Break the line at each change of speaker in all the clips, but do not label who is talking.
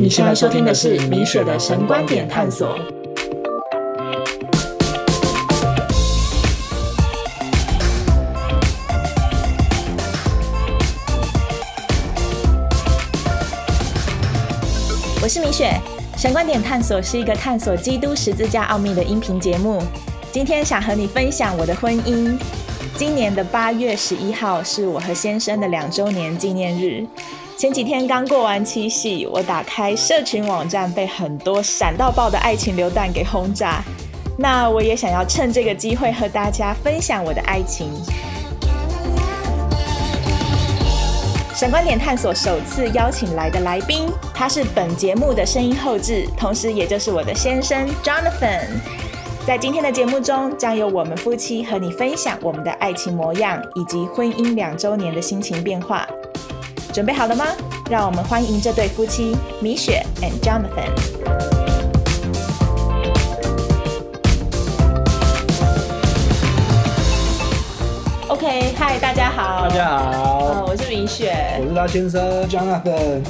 你现在收听的是米雪的神观点探索。
我是米雪，神观点探索是一个探索基督十字架奥秘的音频节目。今天想和你分享我的婚姻。今年的八月十一号是我和先生的两周年纪念日。前几天刚过完七夕，我打开社群网站，被很多闪到爆的爱情流弹给轰炸。那我也想要趁这个机会和大家分享我的爱情。闪观点探索首次邀请来的来宾，他是本节目的声音后置，同时也就是我的先生 Jonathan。在今天的节目中，将由我们夫妻和你分享我们的爱情模样，以及婚姻两周年的心情变化。准备好了吗？让我们欢迎这对夫妻米雪 and Jonathan。OK，嗨，大家好。
大家
呃，
好，
我是米雪。
我是他先生 Jonathan。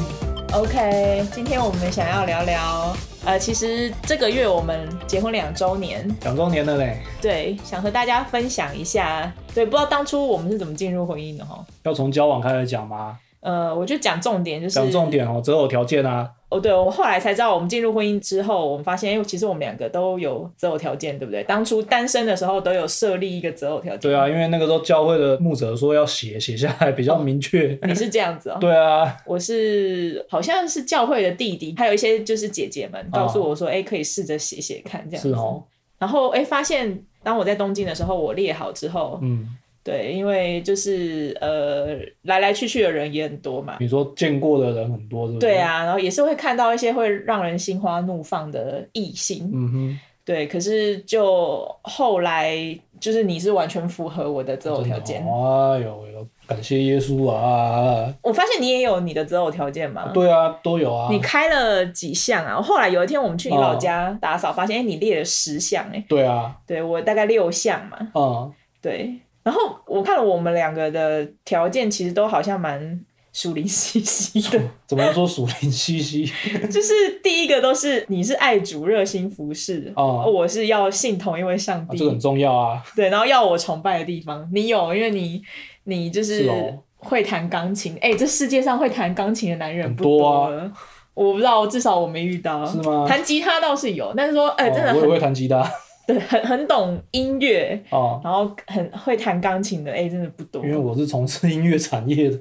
OK，今天我们想要聊聊，呃，其实这个月我们结婚两周年，
两周年了嘞，
对，想和大家分享一下，对，不知道当初我们是怎么进入婚姻的哈。
要从交往开始讲吗？
呃，我就讲重点，就是
讲重点哦，择偶条件啊，
哦，对，我后来才知道，我们进入婚姻之后，我们发现，因为其实我们两个都有择偶条件，对不对？当初单身的时候都有设立一个择偶条件。
对啊，，因为那个时候教会的牧者说要写写下来比较 明确。
你是这样子哦。
对啊，
我是好像是教会的弟弟，还有一些就是姐姐们告诉我说，哎、可以试着写写看这样
哦是
子。
哦，
然后哎、发现当我在东京的时候，我列好之后，
嗯，
对，因为就是呃来来去去的人也很多嘛，
你说见过的人很多，是不是？
对，啊，然后也是会看到一些会让人心花怒放的异性，
嗯哼，
对，可是就后来就是你是完全符合我的择偶条件嗯
真的，哦哎呦呦，感谢耶稣啊！
我发现你也有你的择偶条件嘛。
对啊，都有啊。
你开了几项啊？后来有一天我们去你老家
哦
打扫，发现哎、你列了十项哎、
对啊，
对我大概六项嘛，
嗯，
对。然后我看了我们两个的条件，其实都好像蛮属灵兮兮的。
怎么说属灵 兮兮？
就是第一个都是你是爱主热心服侍，
哦
我是要信同一位上
啊
帝，
这个很重要啊。
对，然后要我崇拜的地方，你有，因为你你就是
是哦
会弹钢琴，哎、这世界上会弹钢琴的男人
很
不
多啊
了。我不知道，至少我没遇到。
是吗
弹吉他倒是有，但是说，哎、真的
哦我
很、
也会弹吉他
对，很很懂音乐，
哦，
然后很会弹钢琴的，哎、真的不多
因。为我是从事音乐产业的，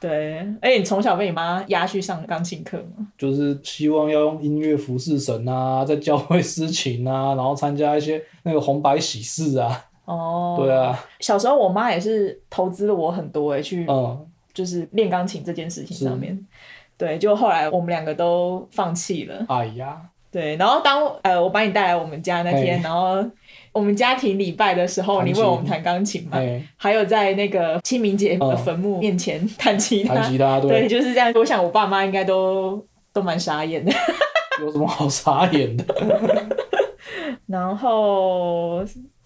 对，而且你从小被你妈压去上钢琴课吗？
就是希望要用音乐服侍神啊，在教会施情啊， 然后参加一些那个红白喜事啊。
哦，
对啊，
小时候我妈也是投资了我很多哎、去
嗯，
就是练钢琴这件事情
是
上面。对，就后来我们两个都放弃了。
哎呀，
对，然后当呃我把你带来我们家那天，
哎
然后我们家庭礼拜的时候，
弹
你
琴
为我们弹钢琴嘛，
哎，
还有在那个清明节的
嗯
坟墓面前弹吉他，
弹吉他，
对，
对，
就是这样。我想我爸妈应该都都蛮傻眼的。
有什么好傻眼的？
然后，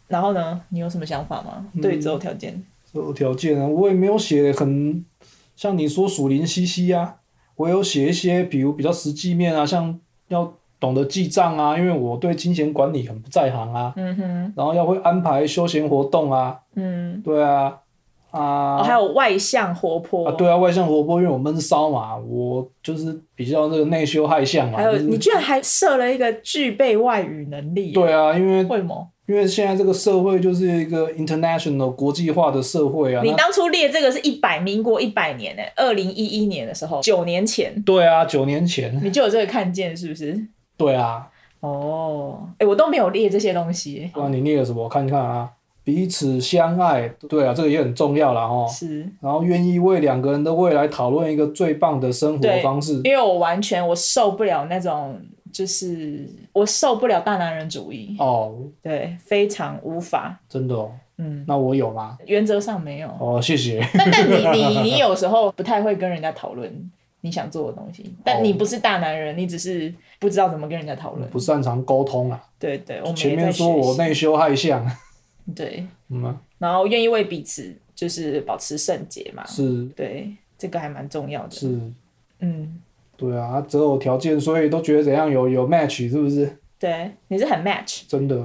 然后呢？你有什么想法吗？
嗯
对择偶条件，
这有条件啊，我也没有写很像你说属灵兮兮啊，我有写一些比如比较实际面啊，像要懂得记账啊，因为我对金钱管理很不在行啊，
嗯哼，
然后要会安排休闲活动啊，
嗯，
对啊，
哦、
啊，
还有外向活泼，
啊对啊，外向活泼，因为我闷骚嘛，我就是比较那个内羞害相嘛，
还有
就是
你居然还设了一个具备外语能力，，
对啊，因为
为什么？
因为现在这个社会就是一个 international 国际化的社会啊，
你
那
当初列这个是一百民国一百年呢、二零一一年的时候，九年前
对啊，九年前，
你就有这个看见，是不是？
对啊，
哦，哎、我都没有列这些东西、
啊，你列了什么？我看看啊，彼此相爱，对啊，这个也很重要啦哦。
是
然后愿意为两个人的未来讨论一个最棒的生活
对
方式
因。为我完全我受不了那种，就是我受不了大男人主义，
哦，
对，非常无法，
真的哦，
嗯，
那我有吗？
原则上没有。
哦，谢谢。
但但你你你有时候不太会跟人家讨论你想做的东西，
哦
但你不是大男人，你只是不知道怎么跟人家讨论。
不擅长沟通啊，
对对，我们
嗯前
也在
面说我
学习
内羞害相，
对，
嗯啊，
然后愿意为彼此就是保持圣洁嘛，
是
对，这个还蛮重要的。
是，
嗯，
对啊，择偶条件，所以都觉得怎样有有 match 是不是？
对，你是很 match，
真的，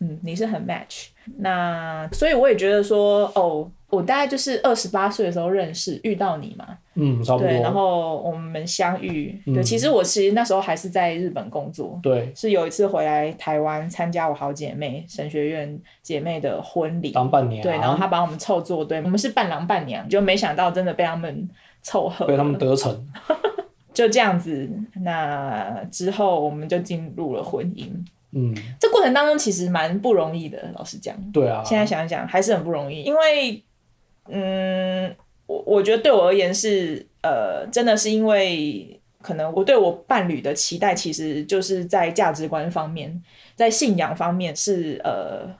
嗯，你是很 match。那所以我也觉得说，哦，我大概就是二十八岁的时候认识遇到你嘛，
嗯，差不
对，然
多，
后我们相遇，对，
嗯
其实我其实那时候还是在日本工作。
对，
是有一次回来台湾参加我好姐妹神学院姐妹的婚礼，
当伴啊娘，
对，然后他把我们凑作对，我们是伴郎伴娘，就没想到真的被他们凑合了，
被他们得逞，
就这样子。那之后我们就进入了婚姻，
嗯，
这过程当中其实蛮不容易的，老实讲，
对啊，
现在想一想还是很不容易，因为，嗯，我我觉得对我而言是，呃，真的是因为可能我对我伴侣的期待，其实就是在价值观方面，在信仰方面是呃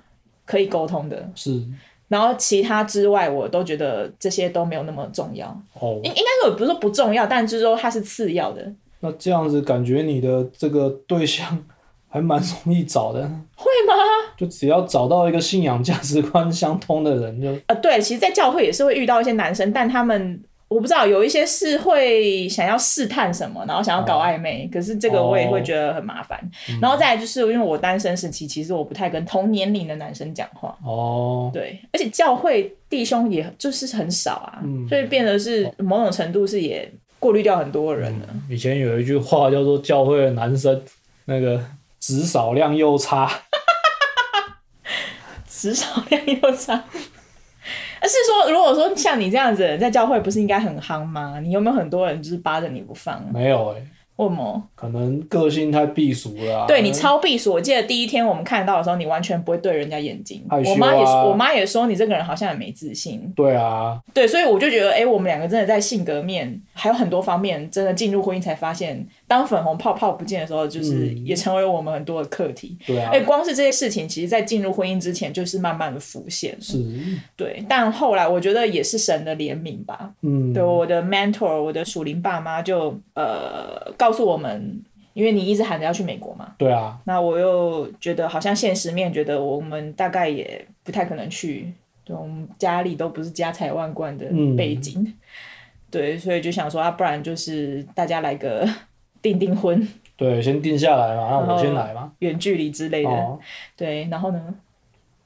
可以沟通的，
是
然后其他之外，我都觉得这些都没有那么重要。
哦，
应应该说也不是说不重要，但就是说它是次要的。
那这样子感觉你的这个对象还蛮容易找的，
会吗？
就只要找到一个信仰价值观相通的人就，
呃，对，其实，在教会也是会遇到一些男生，但他们我不知道，有一些是会想要试探什么，然后想要搞暧昧。可是这个我也会觉得很麻烦。然后再来就是因为我单身时期，其实我不太跟同年龄的男生讲话。
哦，
对，而且教会弟兄也就是很少啊，
嗯
所以变得是某种程度是也过滤掉很多人了。
以前有一句话叫做“教会的男生那个值少量又差
时少 量又差。而是说，如果说像你这样子的人在教会，不是应该很夯吗？你有没有很多人就是扒着你不放”，？
没有哎、
为什么？
可能个性太避俗了、啊。
对你超避暑。我记得第一天我们看到的时候，你完全不会对人家眼睛。
害羞啊
我妈也说，我妈也说你这个人好像很没自信。
对啊，
对，所以我就觉得，哎、我们两个真的在性格面还有很多方面，真的进入婚姻才发现，当粉红泡泡不见的时候，就是
嗯
也成为我们很多的课题。
对啊，
哎、光是这些事情，其实在进入婚姻之前，就是慢慢的浮现。
是，
对，但后来我觉得也是神的怜悯吧。
嗯，
对，我的 mentor，我的属灵爸妈就呃告诉我们，因为你一直喊着要去美国嘛，
对啊，
那我又觉得好像现实面觉得我们大概也不太可能去，对，我们家里都不是家财万贯的
嗯
背景，对，所以就想说啊，不然就是大家来个 订订婚，
对，先定下来嘛，那
然
我
后
先来嘛。
远距离之类的，
哦，
对，然后呢，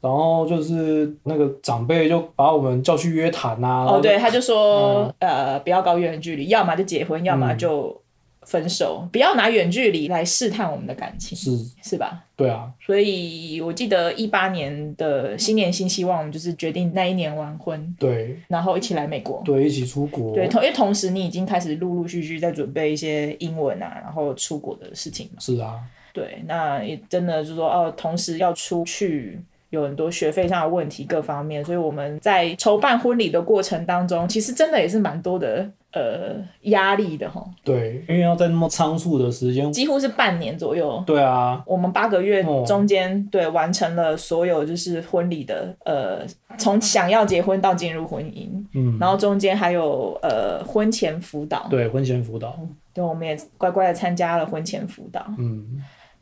然后就是那个长辈就把我们叫去约谈啊。然
哦，
后就
对，，他就说，
嗯
呃，不要搞远距离，要么就结婚，要么就分手，不要拿远距离来试探我们的感情，
是，
是吧？
对啊，
所以我记得一八年的新年新希望，我们就是决定那一年完婚，
对
然后一起来美国。
对，一起出国，
对，同因为同时你已经开始陆陆续续在准备一些英文啊，然后出国的事情嘛。
是啊，
对，那也真的就是说，哦，同时要出去，有很多学费上的问题，各方面，所以我们在筹办婚礼的过程当中，其实真的也是蛮多的呃压力的哈，
对，因为要在那么仓促的时间，
几乎是半年左右。
对啊，
我们八个月
哦
中间，对完成了所有就是婚礼的呃，从想要结婚到进入婚姻，
嗯，
然后中间还有呃婚前辅导，
对，婚前辅导，
对，我们也乖乖的参加了婚前辅导。
嗯，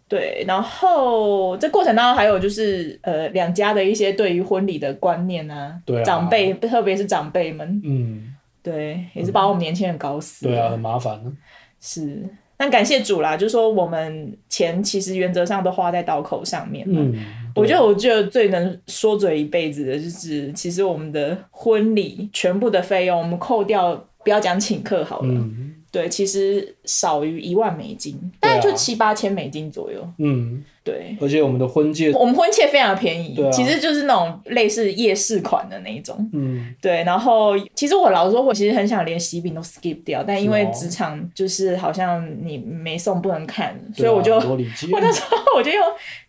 对，然后这过程当中还有就是呃两家的一些对于婚礼的观念啊，
对啊
长辈特别是长辈们，
嗯，
对，也是把我们年轻人搞死。
对啊，，很麻烦啊。
是。但感谢主啦，就是说我们钱其实原则上都花在刀口上面。，
嗯，
我觉得我觉得最能说嘴一辈子的就是，其实我们的婚礼全部的费用，我们扣掉不要讲请客好了，
嗯
对，其实少于一万美金，大
对啊
概就七八千美金左右，
嗯，
对。
而且我们的婚戒，
我们婚戒非常便宜，
对啊
其实就是那种类似夜市款的那一种。
嗯，
对，然后其实我老实说，我其实很想连喜饼都 skip 掉，但因为
是哦
职场就是好像你没送不能看，所
对
以
啊
我就、
我理解，
我那时候我就用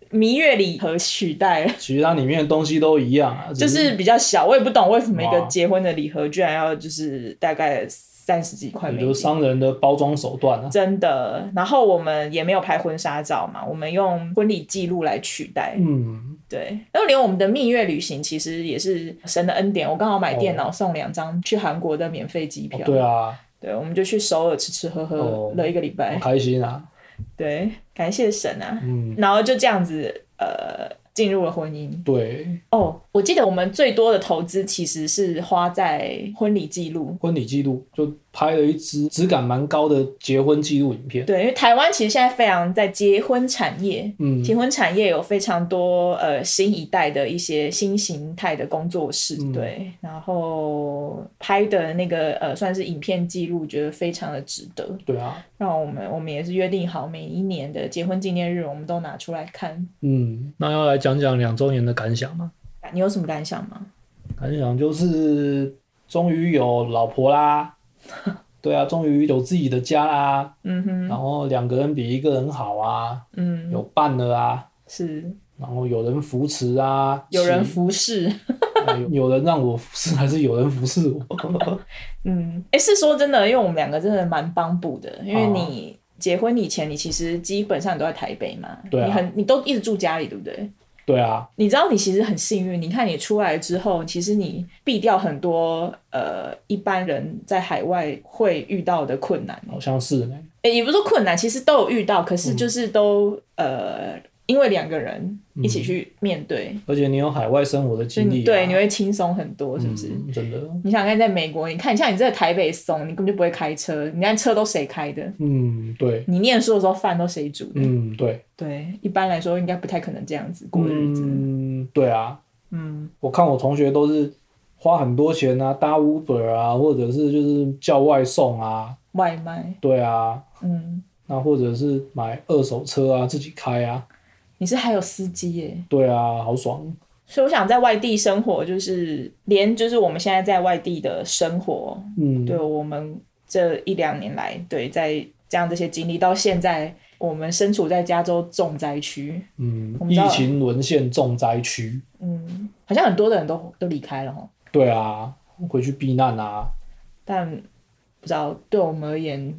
蜜月礼盒取代了。
其实它里面的东西都一样啊，
就
只
是比较小，我也不懂为什么一个
哇
结婚的礼盒居然要就是大概三十几块
也
美
就是
金，
商人的包装手段啊。
真的。然后我们也没有拍婚纱照嘛，我们用婚礼记录来取代。
嗯，
对，然后连我们的蜜月旅行其实也是神的恩典，我刚好买电脑送两张去韩国的免费机
哦
票。
对啊，
对我们就去首尔吃吃喝喝
哦
了一个礼拜。
好开心啊。
对，感谢神啊！
嗯，
然后就这样子，呃，进入了婚姻。
对，
哦，我记得我们最多的投资其实是花在婚礼记录。
婚礼记录就拍了一支质感蛮高的结婚记录影片。
对，因为台湾其实现在非常在结婚产业，
嗯
结婚产业有非常多呃新一代的一些新形态的工作室，
嗯
对，然后拍的那个呃算是影片记录，觉得非常的值得。
对啊，
让我们我们也是约定好，每一年的结婚纪念日，我们都拿出来看。
嗯，那要来讲讲两周年的感想吗？
你有什么感想吗？
感想就是终于有老婆啦， 对啊，终于有自己的家啦，
嗯哼，
然后两个人比一个人好啊，
嗯，
有伴了啊，
是
然后有人扶持啊，
有人
骑、
服侍。
哎有有人让我服侍，还是有人服侍我？
嗯，哎，是说真的，因为我们两个真的蛮帮补的，因为
哦
你结婚以前，你其实基本上都在台北嘛，
对啊
你很你都一直住家里，对不对？
对啊，
你知道你其实很幸运，你看你出来之后，其实你避掉很多呃一般人在海外会遇到的困难，哦
好像是呢。
诶也不是说困难，其实都有遇到，可是就是都、呃因为两个人一起去面对，
而且你有海外生活的
所以
经历、
你
啊，
嗯对你会轻松很多，是不是？
嗯、真的，
你想看在美国，你看像你这个台北怂，你根本就不会开车，你看车都谁开的？
嗯，对，
你念书的时候饭都谁煮的？
嗯，对，
对，一般来说应该不太可能这样子过日子。
嗯，对啊，
嗯
我看我同学都是花很多钱啊，搭 Uber 啊，或者是就是叫外送啊，
外卖，
对啊，
嗯，
那或者是买二手车啊，自己开啊，
你是还有司机耶，
对啊，好爽，
所以我想在外地生活，就是连就是我们现在在外地的生活，
嗯，
对我们这一两年来，对在这样这些经历到现在，我们身处在加州重灾区，
嗯
我，们
疫
知道
情沦陷重灾区，
嗯，好像很多的人都都离开了哦，
对啊，回去避难啊，
但不知道对我们而言，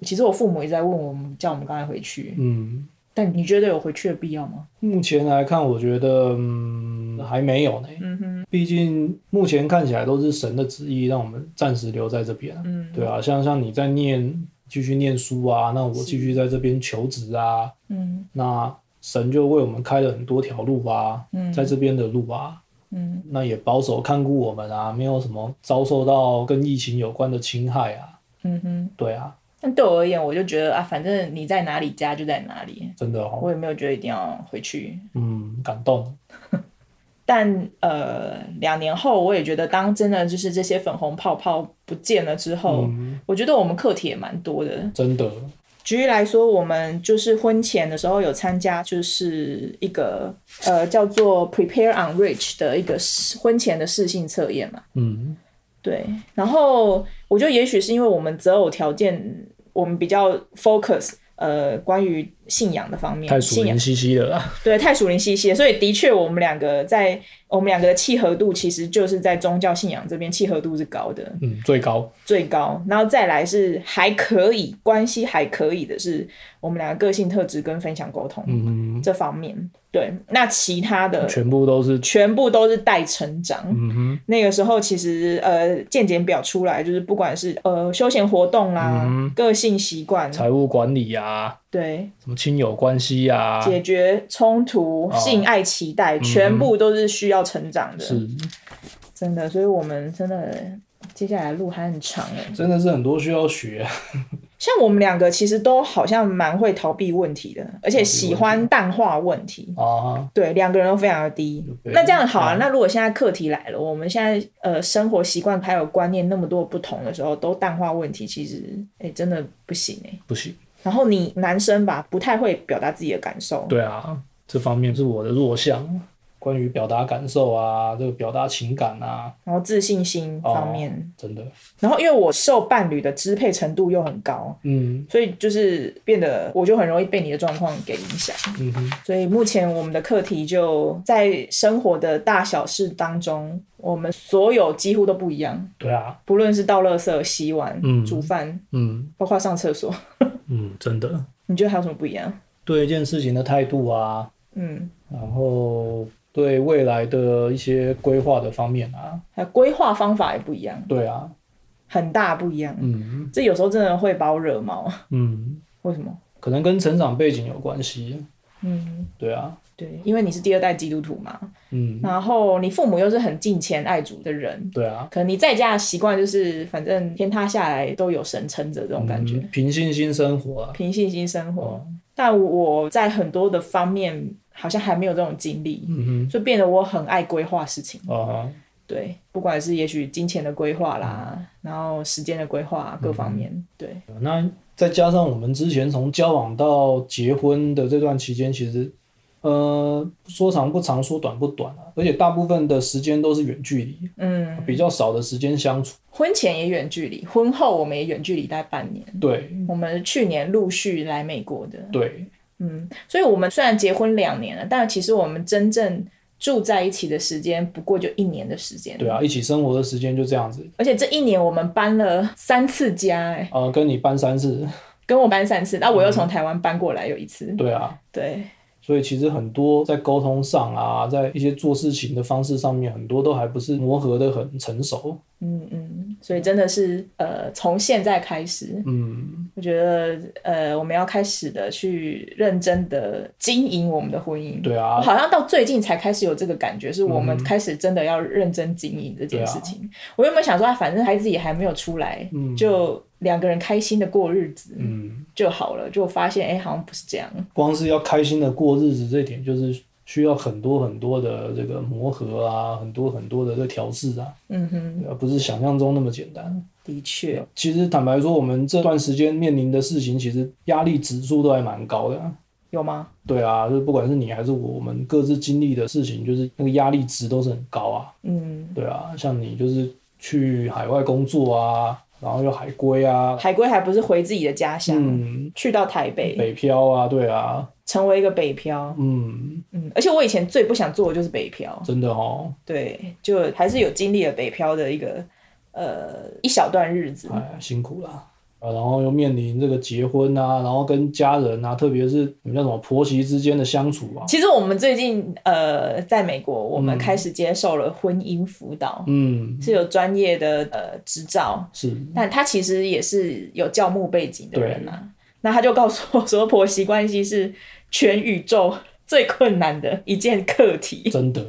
其实我父母也在问我们，叫我们赶快回去，
嗯，
但你觉得有回去的必要吗？
目前来看，我觉得嗯还没有呢，
嗯哼，
毕竟目前看起来都是神的旨意，让我们暂时留在这边、啊。
嗯
对啊，像像你在念继续念书啊，那我
是
继续在这边求职啊，
嗯
那神就为我们开了很多条路啊，
嗯
在这边的路啊，
嗯
那也保守看顾我们啊，没有什么遭受到跟疫情有关的侵害啊。
嗯哼。
对啊，
但对我而言，我就觉得啊，反正你在哪里家就在哪里，
真的哦，
我也没有觉得一定要回去。
嗯，感动，
但呃，两年后我也觉得，当真的就是这些粉红泡泡不见了之后，
嗯，
我觉得我们课题也蛮多的。
真的，
举例来说，我们就是婚前的时候有参加，就是一个呃叫做 Prepare on Rich 的一个试婚前的试性测验嘛。
嗯
对，然后我觉得也许是因为我们择偶条件，我们比较 focus 呃关于信仰的方面，
太
信
属
仰
灵兮兮的啦，
对，太属灵兮兮了，所以的确，我们两个在我们两个的契合度，其实就是在宗教信仰这边契合度是高的，
嗯，最高，
最高。然后再来是还可以，关系还可以的是我们两个个性特质跟分享沟通、
嗯，
这方面。对，那其他的
全部都是，
全部都是待成长。
嗯哼，
那个时候其实呃，见检表出来就是不管是呃休闲活动啦、
嗯
个性习惯，
财务管理啊，
对，
什么亲友关系啊，
解决冲突、
哦
性爱期待，全部都是需要成长的，
是，
真的。所以我们真的接下来路还很长哎。
真的是很多需要学、
像我们两个其实都好像蛮会逃避问题的，而且喜欢淡化问题。
啊，
对，两个人都非常的低。
对
那这样好啊。
嗯
那如果现在课题来了，我们现在呃生活习惯还有观念那么多不同的时候，都淡化问题，其实哎、真的不行哎。
不行。
然后你男生吧，不太会表达自己的感受。
对啊，这方面是我的弱项，关于表达感受啊，这个表达情感啊，
然后自信心
哦
方面，
真的，
然后因为我受伴侣的支配程度又很高，
嗯
所以就是变得我就很容易被你的状况给影响。
嗯哼，
所以目前我们的课题就在生活的大小事当中，我们所有几乎都不一样，
对啊，
不论是倒垃圾、洗碗、
嗯
煮饭，
嗯
包括上厕所，
嗯，真的，
你觉得还有什么不一样？
对一件事情的态度啊，
嗯，
然后对未来的一些规划的方面啊，
还有规划方法也不一样，
对啊，
很大不一样。
嗯
这有时候真的会把我惹毛，
嗯，
为什么？
可能跟成长背景有关系，
嗯，
对啊，
对，因为你是第二代基督徒嘛，
嗯，
然后你父母又是很敬虔爱主的人，
对啊，
可能你在家的习惯就是反正天塌下来都有神撑着这种感觉，
嗯平信心生活啊，
平信心生活。
哦
但我在很多的方面好像还没有这种经历，
嗯
就变得我很爱规划事情。
哼，啊
对，不管是也许金钱的规划啦，然后时间的规划各方面，
嗯
对，
哈，那再加上我们之前从交往到结婚的这段期间，其实，呃，说长不长，说短不短啊，而且大部分的时间都是远距离，
嗯，
比较少的时间相处。
婚前也远距离，婚后我们也远距离待半年。
对
我们去年陆续来美国的，
对，
嗯，所以我们虽然结婚两年了，但其实我们真正住在一起的时间不过就一年的时间。
对啊，一起生活的时间就这样子，
而且这一年我们搬了三次家、哎，
呃，跟你搬 三次，
跟我搬三次，那我又
嗯
从台湾搬过来有一次，
对啊，
对，
所以其实很多在沟通上啊，在一些做事情的方式上面，很多都还不是磨合的很成熟。
嗯嗯，所以真的是呃，从现在开始，
嗯，
我觉得呃，我们要开始的去认真的经营我们的婚姻。
对
我
啊，
好像到最近才开始有这个感觉，是我
嗯
们开始真的要认真经营这件事情。我原本想说，啊反正孩子也还没有出来，
嗯
就两个人开心的过日子
嗯，
就好了。就发现，哎、好像不是这样。
光是要开心的过日子这一点，就是需要很多很多的这个磨合啊，很多很多的这个调试啊，
嗯哼，
而不是想象中那么简单。
的确，
其实坦白说，我们这段时间面临的事情，其实压力指数都还蛮高的啊、
有吗？
对啊，就是不管是你还是我，我们各自经历的事情，就是那个压力值都是很高啊。
嗯，
对啊，像你就是去海外工作啊，然后又海归啊，
海归还不是回自己的家乡，
嗯，
去到台北，
北漂啊，对啊，
成为一个北漂。
嗯，
嗯，而且我以前最不想做的就是北漂，
真的哦，
对，就还是有经历了北漂的一个呃一小段日子。
哎，辛苦啦。啊，然后又面临这个结婚啊，然后跟家人啊，特别是你们叫什么婆媳之间的相处啊，
其实我们最近呃，在美国，我们开始接受了婚姻辅导，
嗯，
是有专业的呃执照，
是，
但他其实也是有教牧背景的人啊。那他就告诉我说，婆媳关系是全宇宙最困难的一件课题。
真的，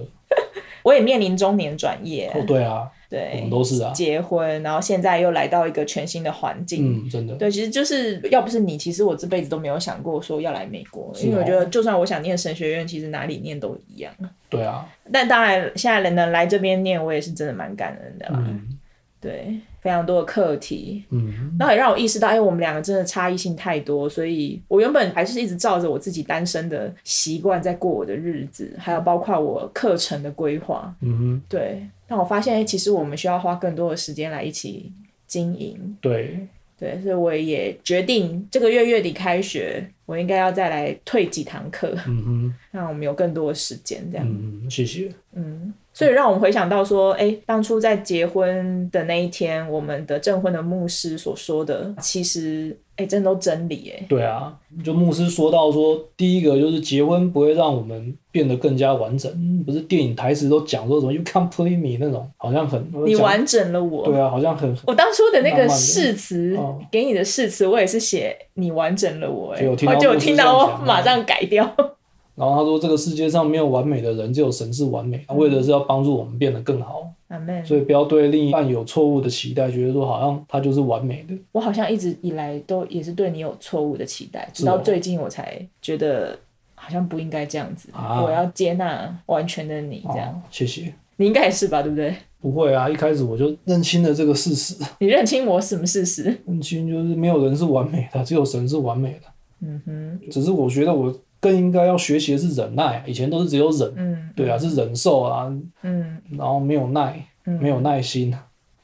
我也面临中年转业，
哦，对啊，我
对
们，都是啊，
结婚，然后现在又来到一个全新的环境。
嗯，真的，
对，其实就是要不是你，其实我这辈子都没有想过说要来美国，
是
因为我
哦
觉得就算我想念神学院，其实哪里念都一样。
对啊，
但当然，现在能来这边念，我也是真的蛮感恩的啦。
嗯
对，非常多的课题，
嗯，
然后也让我意识到，哎、我们两个真的差异性太多，所以我原本还是一直照着我自己单身的习惯在过我的日子，还有包括我课程的规划。
嗯
对，但我发现，哎、其实我们需要花更多的时间来一起经营
哼，。对，
对，所以我也决定这个月月底开学，我应该要再来退几堂课，
嗯哼，
让我们有更多的时间这样。
嗯，谢谢，
嗯，所以让我们回想到说，哎，当初在结婚的那一天，我们的证婚的牧师所说的，其实哎，真的都真理哎，
对啊，就牧师说到说，第一个就是结婚不会让我们变得更加完整，不是电影台词都讲说什么 “you complete me” 那种，好像很
你
讲
完整了我。
对啊，好像很
我当初的那个
慢慢的
誓词，
哦
给你的誓词，我也是写你完整了我，哎，
结果
我
听到
就
牧师
听
这
到
样
我
讲啊
马上改掉。
然后他说这个世界上没有完美的人，只有神是完
嗯
美，他为的是要帮助我们变得更好，
阿妹，
所以不要对另一半有错误的期待，觉得说好像他就是完美的，
我好像一直以来都也是对你有错误的期待，直
是
到
哦
最近我才觉得好像不应该这样子，
啊
我要接纳完全的你这样。
哦，谢谢。
你应该也是吧，对不对？
不会啊，一开始我就认清了这个事实，
你认清我什么事实？
认清就是没有人是完美的，只有神是完美的。
嗯哼，
只是我觉得我更应该要学习的是忍耐、啊以前都是只有忍，
嗯
对啊，是忍受啊，
嗯
然后没有耐，
嗯，
没有耐心，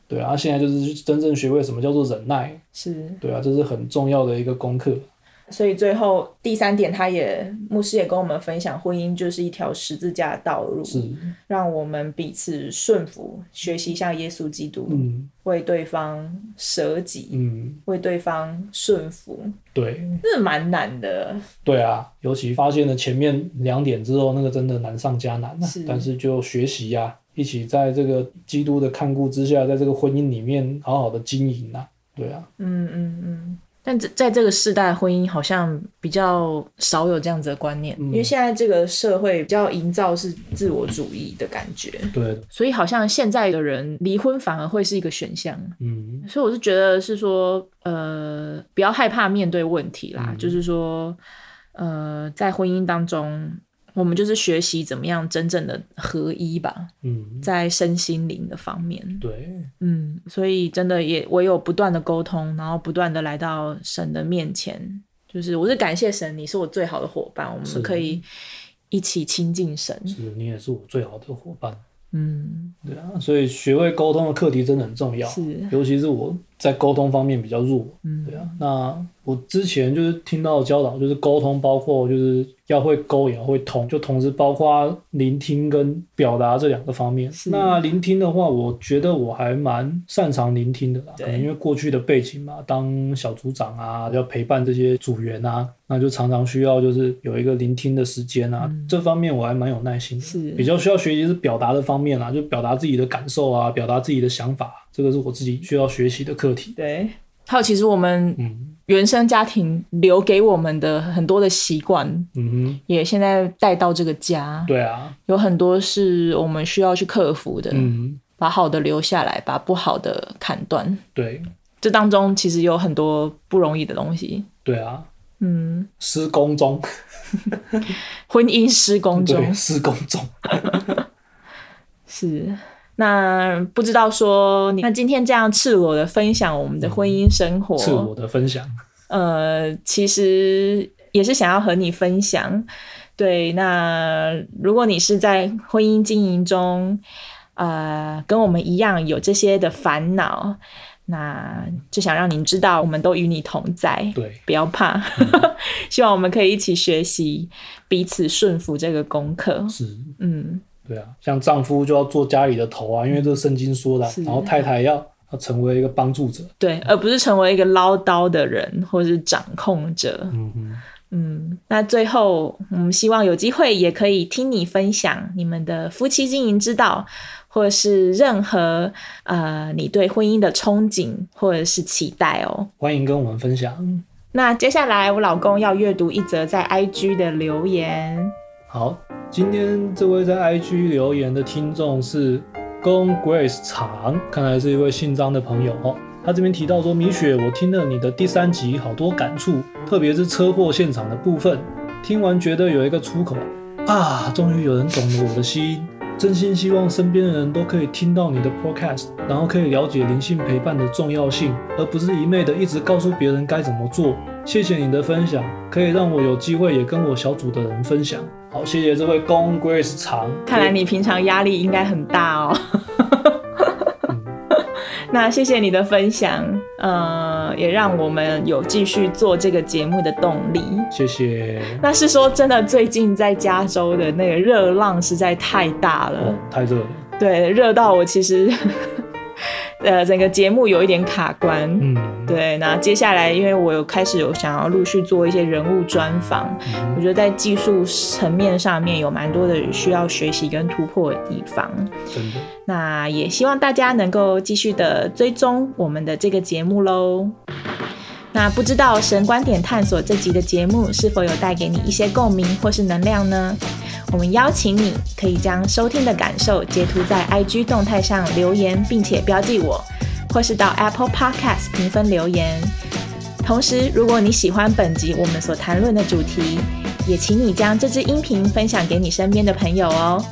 对啊，现在就是真正学会什么叫做忍耐，
是。
对啊，这是很重要的一个功课，
所以最后第三点，他也牧师也跟我们分享，婚姻就是一条十字架的道路，
是，
让我们彼此顺服，学习像耶稣基督，
嗯
为对方舍己，
嗯，
为对方顺服，
对
这蛮难的。
对啊，尤其发现了前面两点之后，那个真的难上加难啊
是，
但是就学习呀、一起在这个基督的看顾之下，在这个婚姻里面好好的经营啊，对啊，
嗯嗯嗯，但这在这个世代，婚姻好像比较少有这样子的观
嗯
念，因为现在这个社会比较营造是自我主义的感觉，
对的，
所以好像现在的人离婚反而会是一个选项。
嗯
所以我是觉得是说，呃，不要害怕面对问题啦，
嗯
就是说，呃，在婚姻当中，我们就是学习怎么样真正的合一吧，
嗯，
在身心灵的方面，
对，
嗯，所以真的也唯有不断的沟通，然后不断的来到神的面前，就是我是感谢神，你是我最好的伙伴，我
是
们可以一起亲近神，
是你也是我最好的伙伴，
嗯，
对啊，所以学会沟通的课题真的很重要，
是，
尤其是我在沟通方面比较弱，
嗯
对啊，那我之前就是听到的教导，就是沟通，包括就是要会沟，也要会通，就同时包括聆听跟表达这两个方面。
是
那聆听的话，我觉得我还蛮擅长聆听的啦，
对
可能因为过去的背景嘛，当小组长啊，要陪伴这些组员啊，那就常常需要就是有一个聆听的时间啊，这方面我还蛮有耐心的。
嗯是
比较需要学习是表达的方面啦、就表达自己的感受啊，表达自己的想法，啊这个是我自己需要学习的课题。
对。还有，其实我们
嗯
原生家庭留给我们的很多的习惯，
嗯哼，
也现在带到这个家，
对啊，
有很多是我们需要去克服的。
嗯，
把好的留下来，把不好的砍断。
对
这当中其实有很多不容易的东西。
对啊，
嗯，
施工中，
婚姻施工
对，
中
施工中，
是。那不知道说你，那今天这样赤裸的分享我们的婚姻生活，
是我的分享。
呃，其实也是想要和你分享。对，那如果你是在婚姻经营中，呃，跟我们一样有这些的烦恼，那就想让您知道，我们都与你同在，
对，
不要怕。 希望我们可以一起学习，彼此顺服这个功课。
是，
嗯，
对啊，像丈夫就要做家里的头啊，因为这是圣经说的啊、
是
然后太太要要成为一个帮助者。
对，而不是成为一个唠叨的人或是掌控者。
嗯哼，
嗯，那最后，我们希望有机会也可以听你分享你们的夫妻经营之道，或是任何呃你对婚姻的憧憬或者是期待哦。
欢迎跟我们分享。
那接下来，我老公要阅读一则在 IG 的留言。
好，今天这位在 IG 留言的听众是 Gong Grace 长，看来是一位姓张的朋友哦。他这边提到说，米雪，我听了你的第三集，好多感触，特别是车祸现场的部分，听完觉得有一个出口啊，终于有人懂了我的心。真心希望身边的人都可以听到你的 podcast，然后可以了解灵性陪伴的重要性，而不是一昧的一直告诉别人该怎么做。谢谢你的分享，可以让我有机会也跟我小组的人分享。好，谢谢这位公 Grace 长，
看来你平常压力应该很大哦。
嗯
那谢谢你的分享，呃，也让我们有继续做这个节目的动力。
谢谢。
那是说真的，最近在加州的那个热浪实在太大了
哦，，太热了，
对，热到我其实， 呃，整个节目有一点卡关。
嗯，
对，那接下来因为我有开始有想要陆续做一些人物专访，我
嗯，
觉得在技术层面上面有蛮多的需要学习跟突破的地方。
真的，
那也希望大家能够继续的追踪我们的这个节目喽。那不知道《神观点探索》这集的节目是否有带给你一些共鸣或是能量呢？我们邀请你可以将收听的感受截图在 IG 动态上留言，并且标记我，或是到 Apple Podcast 评分留言。同时，如果你喜欢本集我们所谈论的主题，也请你将这支音频分享给你身边的朋友哦。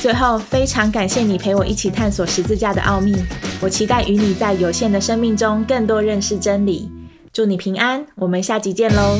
最后，非常感谢你陪我一起探索十字架的奥秘。我期待与你在有限的生命中更多认识真理。祝你平安，我们下集见喽。